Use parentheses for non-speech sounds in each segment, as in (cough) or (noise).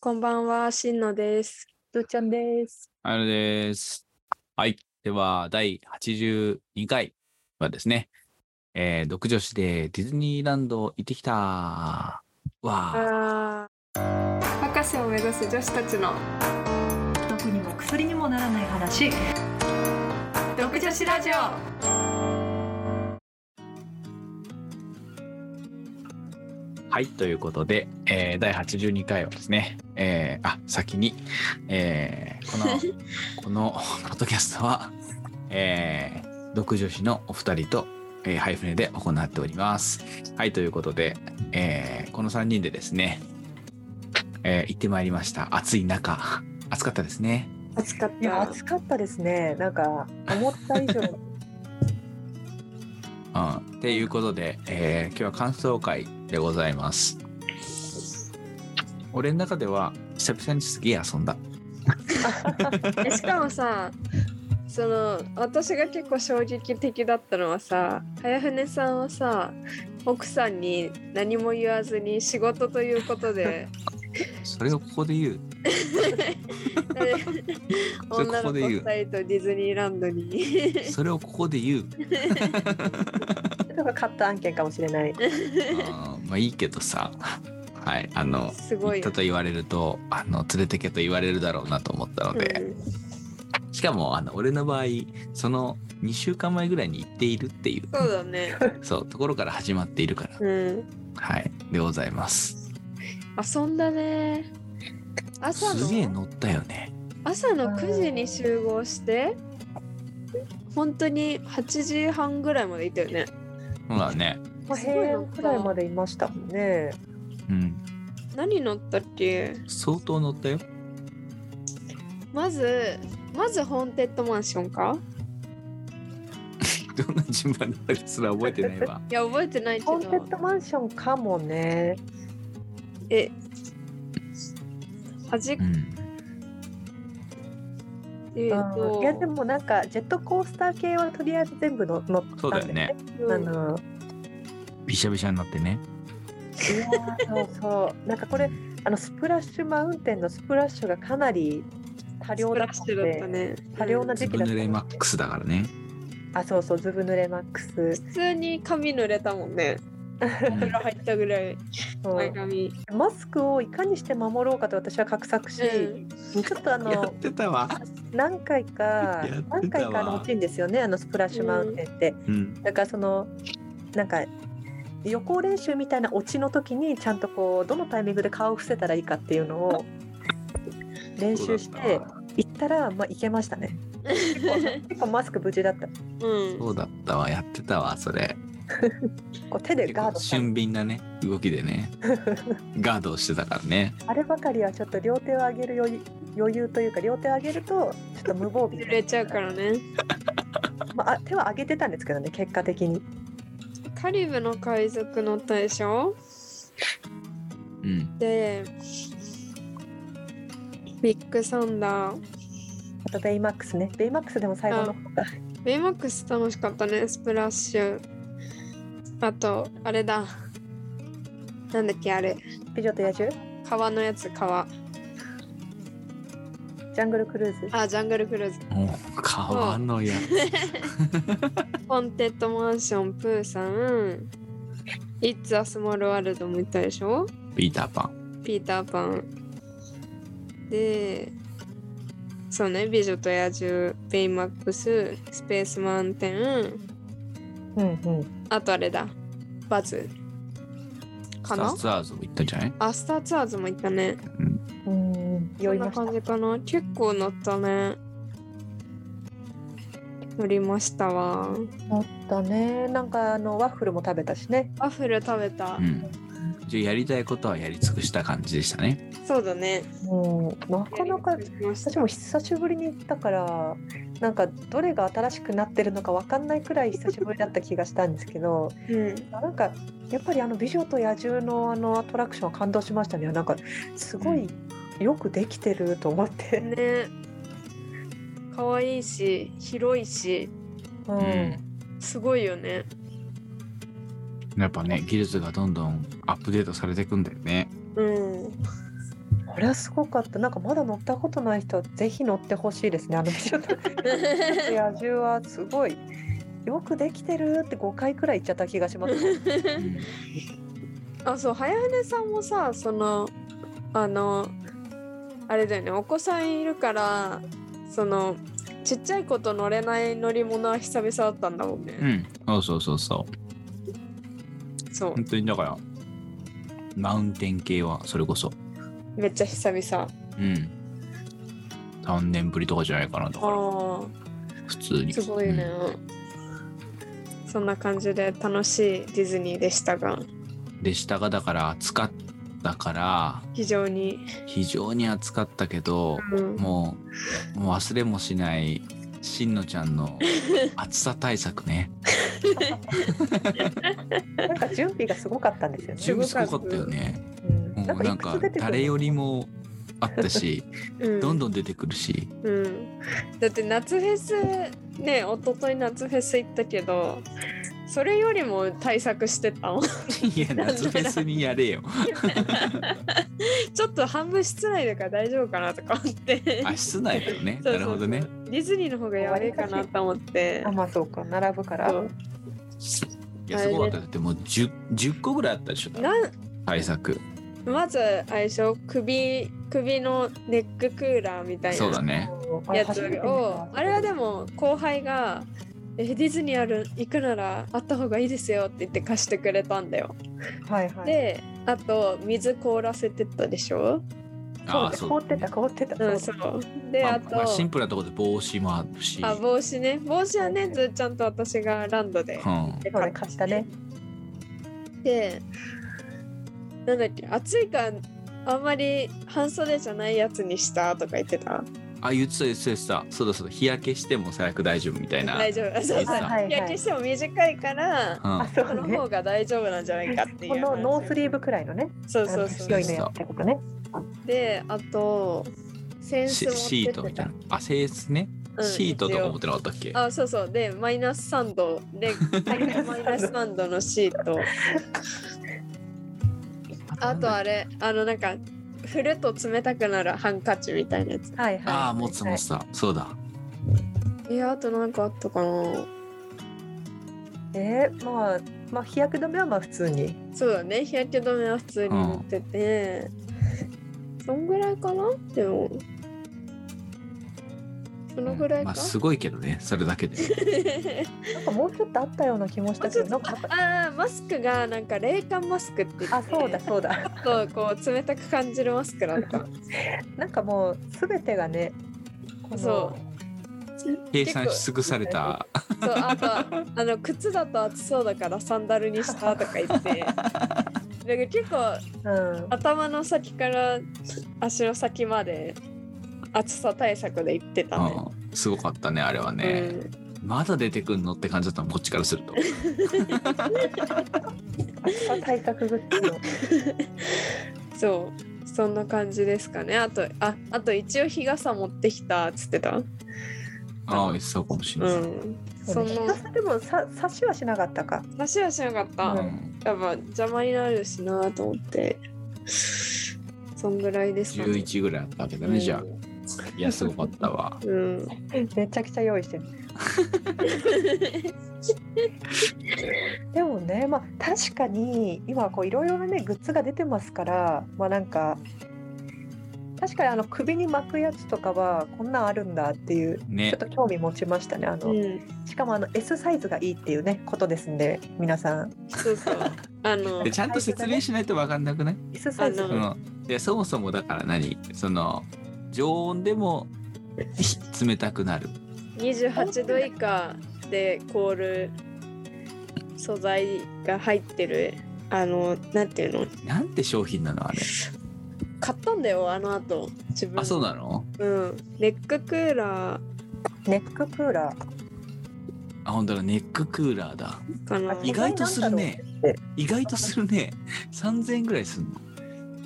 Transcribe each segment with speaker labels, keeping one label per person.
Speaker 1: こんばんは、しんのです。
Speaker 2: どっちゃんです。
Speaker 3: あれです。はい。では、第82回はですね、えー、独女子でディズニーランド行ってきたわあ。
Speaker 1: あ博士を目指す女子たちの
Speaker 2: 毒にも薬にもならない話。
Speaker 1: 独女子ラジオ。
Speaker 3: はい。ということで、えー、第82回はですね、えー、あ、先に、えー、この、このポッドキャストは、えー、独女子のお二人と、えー、ハイフネで行っております。はい。ということで、えー、この3人でですね、えー、行ってまいりました。暑い中、暑かったですね。
Speaker 1: 暑かっ
Speaker 2: いや
Speaker 1: た。
Speaker 2: 暑かったですね。なんか思った以上
Speaker 1: (laughs)
Speaker 3: うん、っていうことで、えー今日は感想会でございます。俺の中では久々にすげえ遊んだ。
Speaker 1: えしかもさ、その私が結構衝撃的だったのはさ、早船さんはさ、奥さんに何も言わずに仕事ということ
Speaker 3: (laughs)
Speaker 1: で、
Speaker 3: それをここで言う。それこ
Speaker 1: 女の
Speaker 3: こ
Speaker 1: 子二
Speaker 3: で言う
Speaker 1: 人とディズニーランドに。
Speaker 3: それをここで言う。
Speaker 1: (laughs)
Speaker 2: なんか勝った案件かもしれない。
Speaker 1: (laughs)
Speaker 3: あーまあいいけどさ。はい、あの、
Speaker 1: すご
Speaker 3: 行っ
Speaker 1: いよ
Speaker 3: た。と言われると、あの、連れてけと言われるだろうなと思ったので、しかも、あの、俺の場合、その2週間前ぐらいに行っているっていう
Speaker 1: うん、そうだね。
Speaker 3: そう、ところから始まっているから、
Speaker 1: うん。
Speaker 3: はい、でございます。
Speaker 1: 遊んだね。朝の
Speaker 3: すげえ乗ったよね。
Speaker 1: 朝の9時に集合して本当に8時半ぐらいまでいたよね
Speaker 3: そうだね。
Speaker 2: まあ
Speaker 1: すごい
Speaker 2: 平
Speaker 1: な
Speaker 2: 安くらいまでいましたもんね。
Speaker 3: うん。
Speaker 1: 何乗ったっけ
Speaker 3: 相当乗ったよ。
Speaker 1: まずまずホーンテッドマンションか
Speaker 3: どんな順番だったかすら覚えてないわ。
Speaker 1: いや覚えてないけ
Speaker 2: コ
Speaker 1: ど
Speaker 2: ンテッドマンションかもね。
Speaker 1: え端っ
Speaker 3: うん。
Speaker 1: えー
Speaker 2: う
Speaker 1: と
Speaker 2: ん、いやでもなんかジェットコースター系はとりあえず全部の乗ったん
Speaker 3: そうだよね。
Speaker 2: あ
Speaker 1: うん
Speaker 2: の
Speaker 3: びしゃびしゃになってね。
Speaker 2: いやーそうそうなんかこれあのスプラッシュマウンテンのスプラッシュがかなり多
Speaker 1: ス
Speaker 2: 量
Speaker 1: プ
Speaker 2: だっ
Speaker 1: ラッ
Speaker 2: た
Speaker 1: シ
Speaker 2: の
Speaker 1: ュだった
Speaker 2: で、
Speaker 1: ね
Speaker 2: 多量な
Speaker 1: うん
Speaker 2: 時
Speaker 3: ず
Speaker 2: 期
Speaker 3: ぶ
Speaker 2: だっ
Speaker 3: 濡れマ
Speaker 2: たの
Speaker 3: ックスだか
Speaker 1: (laughs)
Speaker 3: らね。
Speaker 2: あそうそうずぶ濡れマックス、
Speaker 1: 普通に髪濡れたもんねお風呂入ったぐらい
Speaker 2: そう
Speaker 1: 前髪
Speaker 2: マスクをいかにして守ろうかと私は画策し、ちょっとあ (laughs)
Speaker 3: やっ
Speaker 2: の
Speaker 3: てたわ。
Speaker 2: 何回か
Speaker 3: (laughs) やってたわ
Speaker 2: 何回かあの落ちるんですよねあのスプラッシュマウンテンって、
Speaker 3: うん。
Speaker 2: だからそのなんか予行練習みたいな落ちの時にちゃんとこうどのタイミングで顔を伏せたらいいかっていうのを練習し
Speaker 3: そうだ
Speaker 2: て
Speaker 3: ったわ
Speaker 2: 行ったらまあいけましたね
Speaker 1: (laughs)
Speaker 2: 結構結構マスク無事だった
Speaker 1: うん
Speaker 3: そうだったわ。やってたわ。それ。
Speaker 2: こう手で
Speaker 3: 結
Speaker 2: ガー
Speaker 3: 構
Speaker 2: ドした
Speaker 3: 俊敏なね動きで
Speaker 2: (laughs)
Speaker 3: ね。ガードをしてたからね。
Speaker 2: あればかりはちょっと両手を上げる余裕余裕というか両手を上げるとちょっと無防備
Speaker 1: 濡れちゃうからね
Speaker 2: まああ、手は上げてたんですけどね結果的に
Speaker 1: カリブの海賊乗ったでしょ
Speaker 3: うん。
Speaker 1: でビッグサンダー
Speaker 2: あとベイマックスねベイマックスでも最後の方が
Speaker 1: ベイマックス楽しかったねスプラッシュあとあれだなんだっけあれ
Speaker 2: 「美女と野獣」
Speaker 1: 川のやつ川
Speaker 2: 「ジャングルクルーズ」
Speaker 1: あジャングルクルーズ
Speaker 3: もう川のや
Speaker 1: ホーンテッドマンションプーさんイッツ・ア・スモール・ワールドも行ったでしょ
Speaker 3: ピーターパン。
Speaker 1: ピーター・パンでそうね美女と野獣ベイマックススペース・マウンテン
Speaker 2: うんうん
Speaker 1: あとあれだ。バズ。か
Speaker 3: スタ
Speaker 1: な
Speaker 3: ーツアーズも行ったんじゃない？
Speaker 1: あ、スターツアーズも行ったね。
Speaker 2: うん酔
Speaker 1: こ
Speaker 2: い
Speaker 1: んな
Speaker 2: ました
Speaker 1: 感じかな。結構乗ったね。乗りましたわ。
Speaker 2: あったねなんかあのワッフルも食べたしね
Speaker 1: ワッフル食べた。
Speaker 3: うん。じゃあやりたいことはやり尽くした感じでしたね。
Speaker 1: そうだね。
Speaker 2: うんなかなか
Speaker 1: やりました
Speaker 2: 私も久しぶりに行ったからなんかどれが新しくなってるのかわかんないくらい久しぶりだった気がしたんですけど (laughs)
Speaker 1: うん。
Speaker 2: なんかやっぱりあの「美女と野獣」のあのアトラクションは感動しましたねなんかすごいよくできてると思って、
Speaker 1: ね。可愛いし、広いし、
Speaker 2: う、。
Speaker 3: うん
Speaker 1: すごいよね。
Speaker 2: (laughs)
Speaker 3: やっぱね技術がどんどんアップデートされていくんだよね。
Speaker 1: うん。
Speaker 2: これはすごかったなんかまだ乗ったことない人はぜひ乗ってほしいですねあの美女と野獣はすごいよくできてるって5回くらい言っちゃった気がします、ね、
Speaker 1: (laughs) あそう早船さんもさそのあのあれだよねお子さんいるからそのちっちゃい子と乗れない乗り物は久々だったんだもん
Speaker 3: う
Speaker 1: ね、
Speaker 3: ん、そうそうそうそう
Speaker 1: そう
Speaker 3: 本当にだからマウンテン系はそれこそ
Speaker 1: めっちゃ久々
Speaker 3: うん3年ぶりとかじゃないかなだから
Speaker 1: あ
Speaker 3: 普通に
Speaker 1: あすごいね、
Speaker 3: うん
Speaker 1: そんな感じで楽しいディズニーでしたが
Speaker 3: で下がだから暑かったから
Speaker 1: 非常に、
Speaker 3: 非常に暑かったけど、
Speaker 1: うん、
Speaker 3: もうもう忘れもしないしんのちゃんの暑さ対策ね
Speaker 2: なんか準備がすごかったんですよね
Speaker 3: 準備すごかったよね
Speaker 2: うん
Speaker 3: もうなんか
Speaker 2: いくつ出てくる
Speaker 3: 誰よりもあったし
Speaker 1: うん
Speaker 3: どんどん出てくるし
Speaker 1: うん、だって夏フェスね一昨日夏フェス行ったけどそれよりも対策してたも (laughs) んち
Speaker 3: いや夏フェスにやれよ
Speaker 1: ょっと半分室内だから大丈夫かなとか思って
Speaker 3: あ室内だよね
Speaker 1: そうそう
Speaker 3: なる
Speaker 1: そう
Speaker 3: ほどね
Speaker 1: ディズニーの方がやばいかなと思って
Speaker 2: あまあそうか並ぶから
Speaker 1: そう
Speaker 3: いやすごかっただってもう 10, 10個ぐらいあったでしょ
Speaker 1: なん
Speaker 3: 対策
Speaker 1: まずあれでしょ首首のネッククーラーみたい
Speaker 3: そうだ
Speaker 1: な
Speaker 3: ね
Speaker 2: あれ
Speaker 1: やつ
Speaker 2: 初めて見た
Speaker 1: をあれはでも後輩が「えディズニーある行くならあった方がいいですよ」って言って貸してくれたんだよ。
Speaker 2: はいはい
Speaker 1: であと水凍らせてったでしょ、
Speaker 2: そう
Speaker 3: あ
Speaker 2: だ
Speaker 3: あ
Speaker 2: ね
Speaker 3: そう
Speaker 2: 凍ってた凍ってた、
Speaker 1: うん、
Speaker 2: そ
Speaker 1: そううで、
Speaker 3: まあ
Speaker 1: あと、
Speaker 3: まあシンプルなところで帽子もあるし
Speaker 1: あ帽子ね帽子はねずーちゃんと私がランドで
Speaker 3: うん
Speaker 1: で
Speaker 2: だそ
Speaker 1: 買
Speaker 2: うね貸したね
Speaker 1: ってなんだっけ暑いからあんまり半袖じゃないやつにしたとか言ってた
Speaker 3: あ、言ってた言ってた言ってた。そうだそうだ。日焼けしても最悪大丈夫みたいな。
Speaker 1: 大丈夫そうそう
Speaker 3: はい
Speaker 2: はいはい
Speaker 1: 日焼けしても短いから
Speaker 3: うん
Speaker 2: あそう
Speaker 1: この
Speaker 2: ね
Speaker 1: 方が大丈夫なんじゃないかっていう
Speaker 2: このノースリーブくらいのね
Speaker 1: そう
Speaker 2: あ
Speaker 1: そ
Speaker 2: の
Speaker 1: うそ
Speaker 2: 白
Speaker 1: う
Speaker 2: いのやったことね
Speaker 1: であとセンス
Speaker 3: シ
Speaker 1: 持ってってた
Speaker 3: シートみたいな。あ、セースね。
Speaker 1: うん
Speaker 3: シートと
Speaker 1: 一
Speaker 3: か
Speaker 1: 応
Speaker 3: 持ってなかったっけ
Speaker 1: あそうそうでマイナス3度でマイナス3度のシー
Speaker 3: (laughs)
Speaker 1: トあとあ
Speaker 3: れ。
Speaker 1: れあのなんか振ると冷たくなるハンカチみたいなやつ
Speaker 2: はいはい
Speaker 3: ああ、持つ持つた。そうだ。
Speaker 1: いやあとなんかあったかな
Speaker 2: えー、まあまあ日焼け止めはまあ普通に
Speaker 1: そうだね日焼け止めは普通に塗ってて、そんぐらいかなでもそのぐらい
Speaker 3: ま
Speaker 1: か、
Speaker 3: あ、すごいけどね。それだけで。
Speaker 1: (laughs)
Speaker 2: なんかもうちょっとあったような気もしたけどなんか
Speaker 1: ああマスクがなんか冷感マスクって言って
Speaker 2: あそうだ
Speaker 1: ち
Speaker 2: そうだ
Speaker 1: ょっとこう冷たく感じるマスクだった
Speaker 2: なんかもうすべてがねこの
Speaker 1: そ
Speaker 3: 計算し尽くされた。
Speaker 1: そうあと
Speaker 2: (laughs)
Speaker 1: あの靴だと暑そうだからサンダルにしたとか言ってなんか結構
Speaker 2: うん
Speaker 1: 頭の先から足の先まで暑さ対策で言ってたね。
Speaker 3: うん。すごかったね、あれはね。まだ出てくんのって感じだったの、こっちからすると。
Speaker 2: 暑さ対策グッズの
Speaker 1: うん、そうそんな感じですかねあとああと一応日傘持ってきたっつってたうん
Speaker 3: ああ、そうかもしれない。
Speaker 2: そ
Speaker 1: そ
Speaker 2: の日
Speaker 1: の
Speaker 2: 傘でもさ差しはしなかったか
Speaker 1: 差しはしなかった、
Speaker 2: う
Speaker 3: うんん
Speaker 1: やっぱ邪魔になるしなと思ってそんぐらいですかね
Speaker 3: 11ぐらいあったわけだね、じゃあ。いや、すごかったわ。
Speaker 1: うん
Speaker 2: めちゃくちゃ用意してるでもねまあ確かに今こういろいろなねグッズが出てますからまあなんか確かにあの首に巻くやつとかはこんなんあるんだっていうちょ
Speaker 3: ね
Speaker 2: っ。と興味持ちましたねあ
Speaker 1: う
Speaker 2: の、
Speaker 1: ん
Speaker 2: しかもあの S サイズがいいっていうねことですんで皆さん
Speaker 1: そうそうあの
Speaker 3: でちゃんと説明しないとわかんなくない
Speaker 2: S サイズ
Speaker 1: あ
Speaker 3: そのでそもそもだから何その常温でもひ冷たくなる
Speaker 1: 28度以下で凍る素材が入ってるあのなんていうの
Speaker 3: なんて商品なのあれ
Speaker 1: 買ったんだよあの後自分
Speaker 3: あそうなの
Speaker 1: うんネッククーラ
Speaker 2: ネッククーラー
Speaker 3: あ本当だネッククーラーだ
Speaker 1: ーかな
Speaker 2: あ
Speaker 3: 意外とするね
Speaker 2: え
Speaker 3: 意外とするね3000円ぐらいするの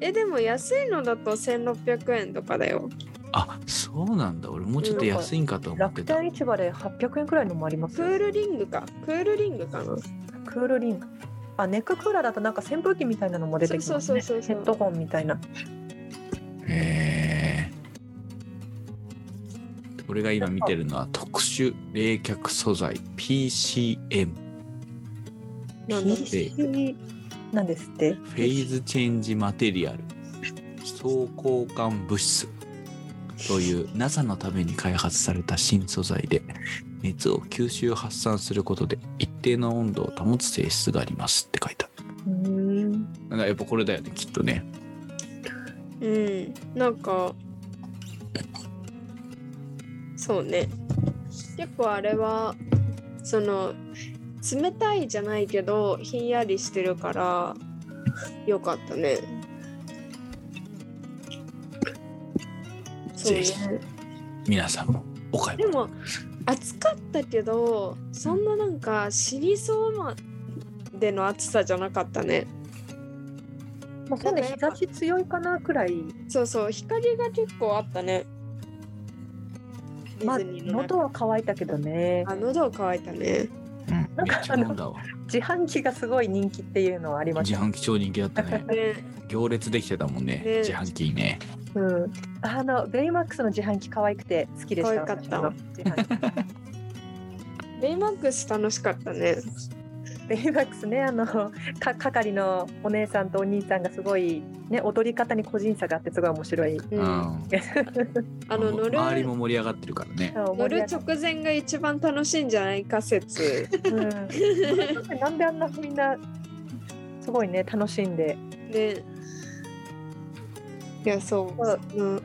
Speaker 1: えでも安いのだと1600円とかだよ
Speaker 3: あそうなんだ俺もうちょっと安いんかと思っ
Speaker 2: 楽
Speaker 3: てた
Speaker 2: 天市場で800円くらいのもあります
Speaker 1: クールリングかクールリングかな
Speaker 2: クールリングあネッククーラーだとなんか扇風機みたいなのも出てきますね
Speaker 1: そうそうそうそうそう
Speaker 2: ヘッドホンみたいな
Speaker 3: へ俺が今見てるのは特殊冷却素材 PCM
Speaker 1: なんだろう
Speaker 2: PC なんですって
Speaker 3: フェーズチェンジマテリアル総交換物質という NASA のために開発された新素材で熱を吸収発散することで一定の温度を保つ性質がありますって書いてある
Speaker 2: うーん
Speaker 3: なんかやっぱこれだよねきっとね
Speaker 1: うんなんかそうね結構あれはその冷たいじゃないけどひんやりしてるからよかったねそうね
Speaker 3: ぜひ皆さんもお買い
Speaker 1: で
Speaker 3: 物
Speaker 1: も暑かったけどそんななんか死にそうまでの暑さじゃなかったね
Speaker 2: まあ、そうね日差し強いかなくらい
Speaker 1: そうそう光が結構あったねデ
Speaker 2: ま
Speaker 1: ィ
Speaker 2: あ
Speaker 1: ズニーの中
Speaker 2: 喉は乾いたけどね
Speaker 1: あ喉乾いたね
Speaker 3: うんめっちゃ飲んだわ
Speaker 2: 自販機がすごい人気っていうのはありまし
Speaker 3: 自
Speaker 2: た、
Speaker 3: 販機超人気だっ
Speaker 1: (laughs)
Speaker 3: たね
Speaker 1: ね
Speaker 3: 行列できてたもんね
Speaker 1: ね
Speaker 3: 自販機ね
Speaker 2: うん、あのベイマックスの自販機可愛くて好きでした
Speaker 1: 可愛かった
Speaker 2: 私も自販機
Speaker 1: ベイマックス楽しかったね。
Speaker 2: ベイマックスねあのか係のお姉さんとお兄さんがすごい、ね、踊り方に個人差があってすごい面白い。
Speaker 1: う、
Speaker 3: うんん
Speaker 1: あの乗る
Speaker 3: 周りも盛り上がってるからね
Speaker 1: 乗
Speaker 2: 乗
Speaker 1: る直前が一番楽しいんじゃないか説。 (laughs)
Speaker 2: うん、なんであんなみんなすごいね楽しんで
Speaker 1: ね。いやそう。
Speaker 2: そう
Speaker 1: うん、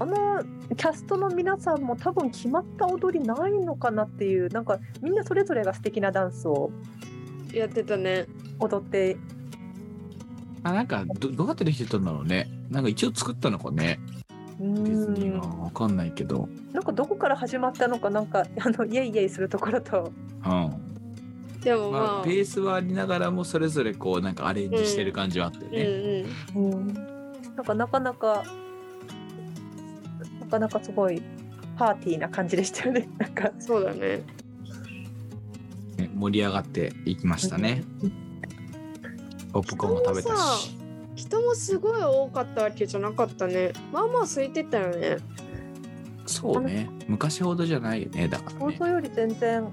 Speaker 2: あのキャストの皆さんも多分決まった踊りないのかなっていうなんかみんなそれぞれが素敵なダンスを
Speaker 1: やってたね。
Speaker 2: 踊って
Speaker 3: あなんかどどうやってできてたんだろうねなんか一応作ったのかね
Speaker 2: う
Speaker 3: ディズニー
Speaker 2: ん
Speaker 3: がわかんないけど
Speaker 2: なんかどこから始まったのかなんかあのイエイイエイするところと
Speaker 3: うん
Speaker 1: でもまあ。
Speaker 3: まあベースはありながらもそれぞれこうなんかアレンジしてる感じはあったよ
Speaker 1: うん
Speaker 3: ね
Speaker 1: うん。
Speaker 2: うん、なんかなかなかなかなかすごいパーティーな感じでしたよね。なんか
Speaker 1: そうだね。
Speaker 3: ね盛り上がっていきましたねポップコーンも食べたし
Speaker 1: 人もすごい多かったわけじゃなかったね。まあまあ空いてたよね。
Speaker 3: そうね昔ほどじゃないよねだから
Speaker 2: 想
Speaker 3: ね
Speaker 2: 像より全然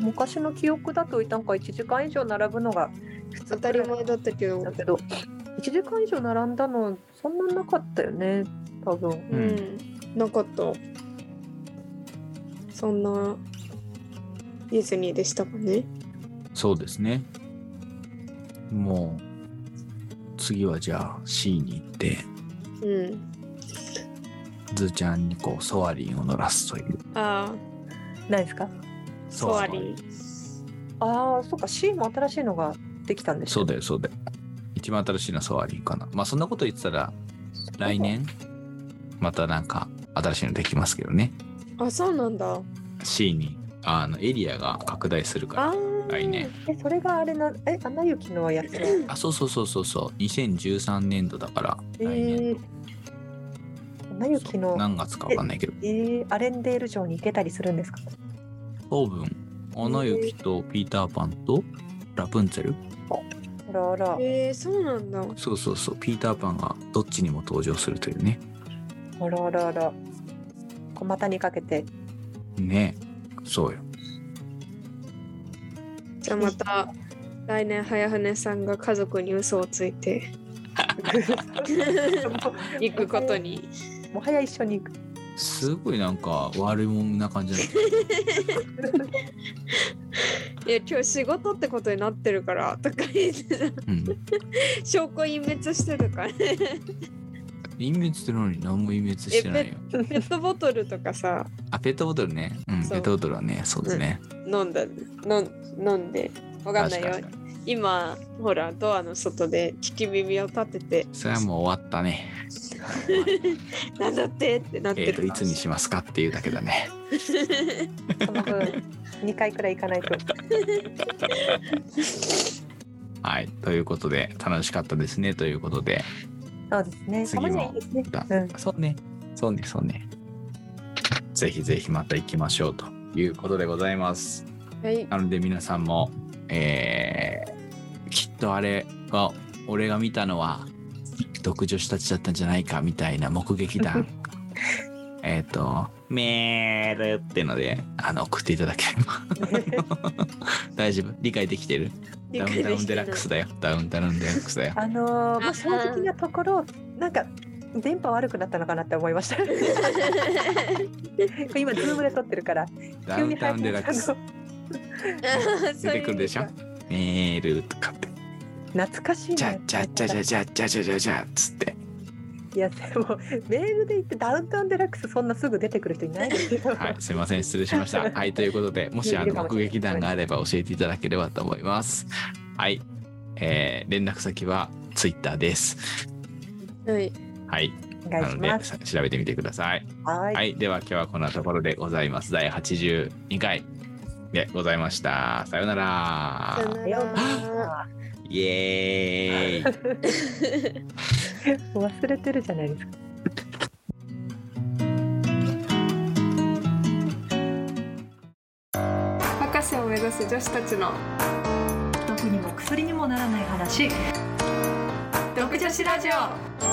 Speaker 2: 昔の記憶だとなんか1時間以上並ぶのが普
Speaker 1: 当
Speaker 2: 通
Speaker 1: たり前だったけど。
Speaker 2: だけど1時間以上並んだのそんななかったよね多分。
Speaker 1: う
Speaker 3: うん
Speaker 1: ん。なかった。そんなディズニーでしたかね。
Speaker 3: そうですねもう次はじゃあ C に行って
Speaker 1: うん。
Speaker 3: ズーちゃんにこうソアリンを乗らすという
Speaker 1: ああ、
Speaker 2: ないですか
Speaker 1: ソアリン。
Speaker 2: ああそっか C も新しいのができたんでし
Speaker 3: そ
Speaker 2: ょ
Speaker 3: うだよそうだよ一番新しいのはソアリンかなまあそんなこと言ってたら来年またなんか新しいのできますけどね
Speaker 1: あ、そうなんだ。あ
Speaker 3: C にあのエリアが拡大するから
Speaker 1: あー。
Speaker 3: 来年
Speaker 2: えそれがあれなえアナ雪のやつだ
Speaker 3: あそうそうそうそうそう2013年度だから
Speaker 2: え
Speaker 3: 来年
Speaker 2: ー、アナ雪の
Speaker 3: 何月かわかんないけど
Speaker 2: えー、アレンデール城に行けたりするんですか
Speaker 3: 当分アナ雪とピーターパンとラプンツェル
Speaker 2: あらあら、
Speaker 1: えー、そうなんだ。
Speaker 3: そうそうそうピーターパンがどっちにも登場するというね
Speaker 2: あらあらあら小股にかけて
Speaker 3: ねそうよ
Speaker 1: じゃあまた来年早船さんが家族に嘘をついて (laughs) 行くことに。
Speaker 2: もはや一緒に行く
Speaker 3: すごいなんか悪いもんな感じだね
Speaker 2: (laughs)
Speaker 1: いや今日仕事ってことになってるからとか言って
Speaker 3: うん
Speaker 1: 証拠隠滅してるからね
Speaker 3: 隠滅してるのに何も隠滅してないよ
Speaker 1: ペットボトルとかさ
Speaker 3: あペットボトルね、うん、
Speaker 1: そう
Speaker 3: ペットボトルはねそうですね、
Speaker 1: 飲んだ飲ん飲んでわかんないよ
Speaker 3: 確かに
Speaker 1: 今ほらドアの外で聞き耳を立てて
Speaker 3: それはもう終わっ
Speaker 1: (laughs)
Speaker 3: たね
Speaker 1: なんだってってなっ
Speaker 3: え
Speaker 1: て
Speaker 3: ーと
Speaker 1: る
Speaker 3: いつにしますかっていうだけだね
Speaker 2: その分2
Speaker 3: (laughs)
Speaker 2: 回くらい行かないと
Speaker 3: はいということで楽しかったですねということで
Speaker 2: そうですね
Speaker 3: 次も
Speaker 2: たまにはいいですね
Speaker 3: また、
Speaker 2: うん
Speaker 3: そうねそうねそうねぜひぜひまた行きましょうということでございます
Speaker 1: はい
Speaker 3: なので皆さんもえーきっとあれが俺が
Speaker 1: (laughs)
Speaker 3: 見たのは独女子たちだったんじゃないかみたいな目撃談ええっ、と、メールってので、あの、送っていただければ。 (laughs) 大丈夫理解できてる
Speaker 1: 理
Speaker 3: ダウ
Speaker 1: 解
Speaker 3: ンタ
Speaker 1: で
Speaker 3: ウン
Speaker 1: き
Speaker 3: デ
Speaker 1: て
Speaker 3: ラ
Speaker 1: る
Speaker 3: ッ
Speaker 1: (laughs)
Speaker 3: クスだよ。ダウンタウンデラックスだよ。
Speaker 2: あのーまあ、正直なところなんか電波悪くなったのかなって思いました (laughs) 今ズームで撮ってるから
Speaker 3: ダウンタウンデラッ
Speaker 1: (laughs)
Speaker 3: クス
Speaker 2: あ。の
Speaker 3: 出てくるでしょメールとかって。
Speaker 2: 懐かしい
Speaker 3: じゃ
Speaker 2: ね
Speaker 3: じゃじゃじゃじゃじゃじゃじゃじゃっつって。
Speaker 2: いやでもメールで言ってダウンタウンデラックスそんなすぐ出てくる人いないですよ、
Speaker 3: はい、すいません、失礼しま
Speaker 2: (laughs)
Speaker 3: した。はい、ということで、もしあの目撃談があれば教えていただければと思います。はい、えー連絡先は Twitter です。
Speaker 1: はい。
Speaker 3: はい、
Speaker 2: お
Speaker 3: な
Speaker 2: 願いし
Speaker 3: ので
Speaker 2: ます
Speaker 3: さ調べてみてください。
Speaker 2: はい
Speaker 3: はい、では今日はこんなところでございます。第82回でございました。さような
Speaker 1: さよ
Speaker 3: ら。
Speaker 1: な
Speaker 2: さような
Speaker 1: ら。
Speaker 2: ら
Speaker 3: イエーイ。
Speaker 2: 忘れてるじゃないですか
Speaker 1: 博士を目指す女子たちの
Speaker 2: 毒にも薬にもならない話
Speaker 1: 独女子ラジオ。